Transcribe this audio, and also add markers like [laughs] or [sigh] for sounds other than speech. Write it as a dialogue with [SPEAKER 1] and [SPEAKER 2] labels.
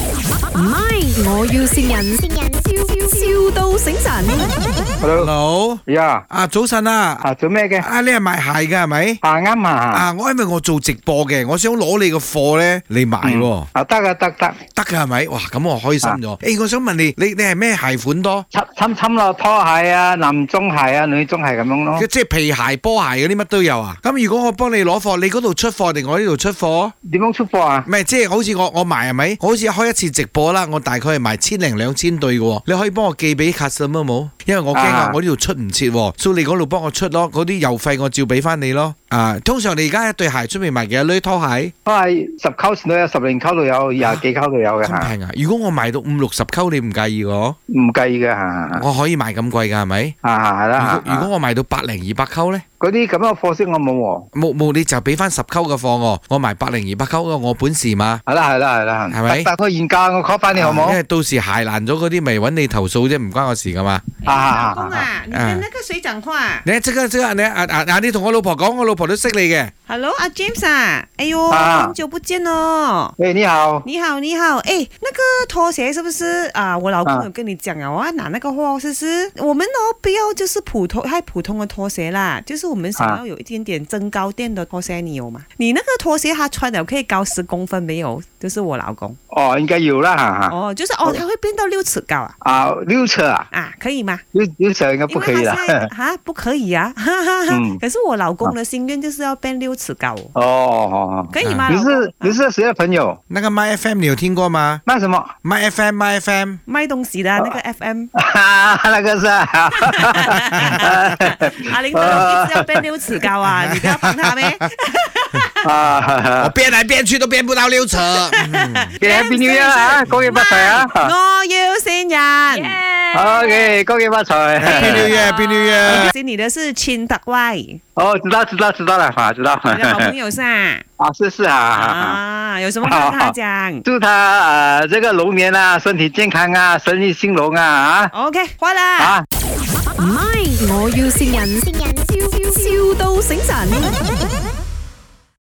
[SPEAKER 1] 唔係，我要善人，笑笑到醒神。
[SPEAKER 2] Hello，
[SPEAKER 3] Hello，
[SPEAKER 2] 呀，
[SPEAKER 3] 啊早晨啊，
[SPEAKER 2] 啊做咩嘅？
[SPEAKER 3] 啊你系賣鞋嘅係咪？
[SPEAKER 2] 啊啱啊，
[SPEAKER 3] 啊我因為我做直播嘅，我想攞你個貨咧嚟賣喎，
[SPEAKER 2] 啊得啊得得，
[SPEAKER 3] 得㗎係咪？哇咁我開心
[SPEAKER 2] 啊
[SPEAKER 3] 咗。誒我想問你，你你係咩鞋款多？
[SPEAKER 2] 侵侵侵落拖鞋啊，男中鞋啊，女中鞋咁樣咯。
[SPEAKER 3] 即係皮鞋、波鞋嗰啲乜都有啊？咁如果我幫你攞貨，你嗰度出貨定我呢度出貨？
[SPEAKER 2] 點樣出貨啊？
[SPEAKER 3] 唔係即係好似我我賣係咪？我好似開一次直播啦，我大概係賣千零兩千對嘅喎，你可以幫我寄俾 customer 冇？因為我驚啊
[SPEAKER 2] 啊，
[SPEAKER 3] 我呢度出唔切喎，所以你嗰度幫我出咯，嗰啲郵費我照俾翻你咯。啊，通常你而家一對鞋出面賣幾多呢？拖鞋
[SPEAKER 2] 拖鞋十溝都有，十零溝都有，廿幾溝都有嘅
[SPEAKER 3] 咁
[SPEAKER 2] 嚇，
[SPEAKER 3] 平啊！如果我賣到五六十溝，你唔介意我？
[SPEAKER 2] 唔計嘅嚇。
[SPEAKER 3] 我可以賣咁貴㗎係咪？
[SPEAKER 2] 啊係
[SPEAKER 3] 如
[SPEAKER 2] 啦
[SPEAKER 3] 果
[SPEAKER 2] 嚇
[SPEAKER 3] 如果我賣到百零二百溝呢？
[SPEAKER 2] 嗰啲咁嘅貨色我冇喎。
[SPEAKER 3] 冇冇你就俾翻十溝嘅貨我，我賣百零二百溝，我本事嘛。
[SPEAKER 2] 係啦係啦係啦，
[SPEAKER 3] 係咪
[SPEAKER 2] 但個現價我 call 翻你好
[SPEAKER 3] 啊因
[SPEAKER 2] 冇？
[SPEAKER 3] 為到時鞋爛咗嗰啲，咪揾你投訴啫，唔關我事噶嘛。
[SPEAKER 4] 哎
[SPEAKER 2] 啊
[SPEAKER 4] 老公啊，
[SPEAKER 2] 嗯
[SPEAKER 4] 你
[SPEAKER 3] 啊
[SPEAKER 4] 跟那个谁讲话啊
[SPEAKER 3] 你即刻即刻，你啊啊啊！你同我老婆講，我老婆都識你嘅。
[SPEAKER 4] ？Hello，啊 James 啊，哎呦，
[SPEAKER 2] 啊
[SPEAKER 4] 很久不见哦。
[SPEAKER 2] 喂，你好。
[SPEAKER 4] 你好，你好，哎，那个拖鞋是不是啊？我老
[SPEAKER 2] 啊
[SPEAKER 4] 公有跟你讲啊，我要拿那个货，是不是？我们哦，不要就是普通太普通的拖鞋啦，就是我们想
[SPEAKER 2] 啊
[SPEAKER 4] 要有一点点增高垫的拖鞋，你有吗？你那个拖鞋他穿了可以高十公分没有？就是我老公
[SPEAKER 2] 哦，應該有啦嚇嚇。
[SPEAKER 4] 哦，就是哦，他会变到六尺高啊
[SPEAKER 2] 啊，溜車啊，
[SPEAKER 4] 啊，可以吗？
[SPEAKER 2] 溜溜車應該
[SPEAKER 4] 因
[SPEAKER 2] 啊不可以
[SPEAKER 4] 为
[SPEAKER 2] 啦
[SPEAKER 4] 他。现
[SPEAKER 2] [laughs]
[SPEAKER 4] 在哈不可以啊，哈哈哈
[SPEAKER 2] 嗯
[SPEAKER 4] [laughs] 可是我老公的心愿就是要变六尺高哦，
[SPEAKER 2] 哦哦
[SPEAKER 4] 可以吗？
[SPEAKER 2] 哦，你
[SPEAKER 4] 老公
[SPEAKER 2] 是你是谁的朋友？
[SPEAKER 3] 那個 My FM 你有聽過嗎
[SPEAKER 2] 那什么？
[SPEAKER 3] ？My FM，My FM，
[SPEAKER 4] 卖东西的啊那个 FM，
[SPEAKER 2] 啊，那个是啊，
[SPEAKER 4] [laughs] 阿玲他一直要变六尺高啊，你不要帮他
[SPEAKER 2] [laughs]
[SPEAKER 4] 咩？
[SPEAKER 2] 啊
[SPEAKER 3] 我變來變去都變不到溜尺。嗯
[SPEAKER 2] ，Happy New Year 啊，恭喜發財啊
[SPEAKER 4] 我要新人。
[SPEAKER 2] ！OK，恭喜發
[SPEAKER 3] 邊
[SPEAKER 2] 財。
[SPEAKER 3] 溜嘢？邊溜嘢？
[SPEAKER 4] 恭喜你的是亲德威，
[SPEAKER 2] 哦，知道知道知道了，啊，知道。
[SPEAKER 4] 你的好朋友是啊，
[SPEAKER 2] 啊，是是啊。
[SPEAKER 4] 啊，有什么话跟他讲
[SPEAKER 2] 祝他呃这个龙年啊，身体健康啊，生意兴隆啊啊
[SPEAKER 4] ？OK，坏了。
[SPEAKER 2] 啊！
[SPEAKER 1] 唔係，我要善人，笑笑到醒神。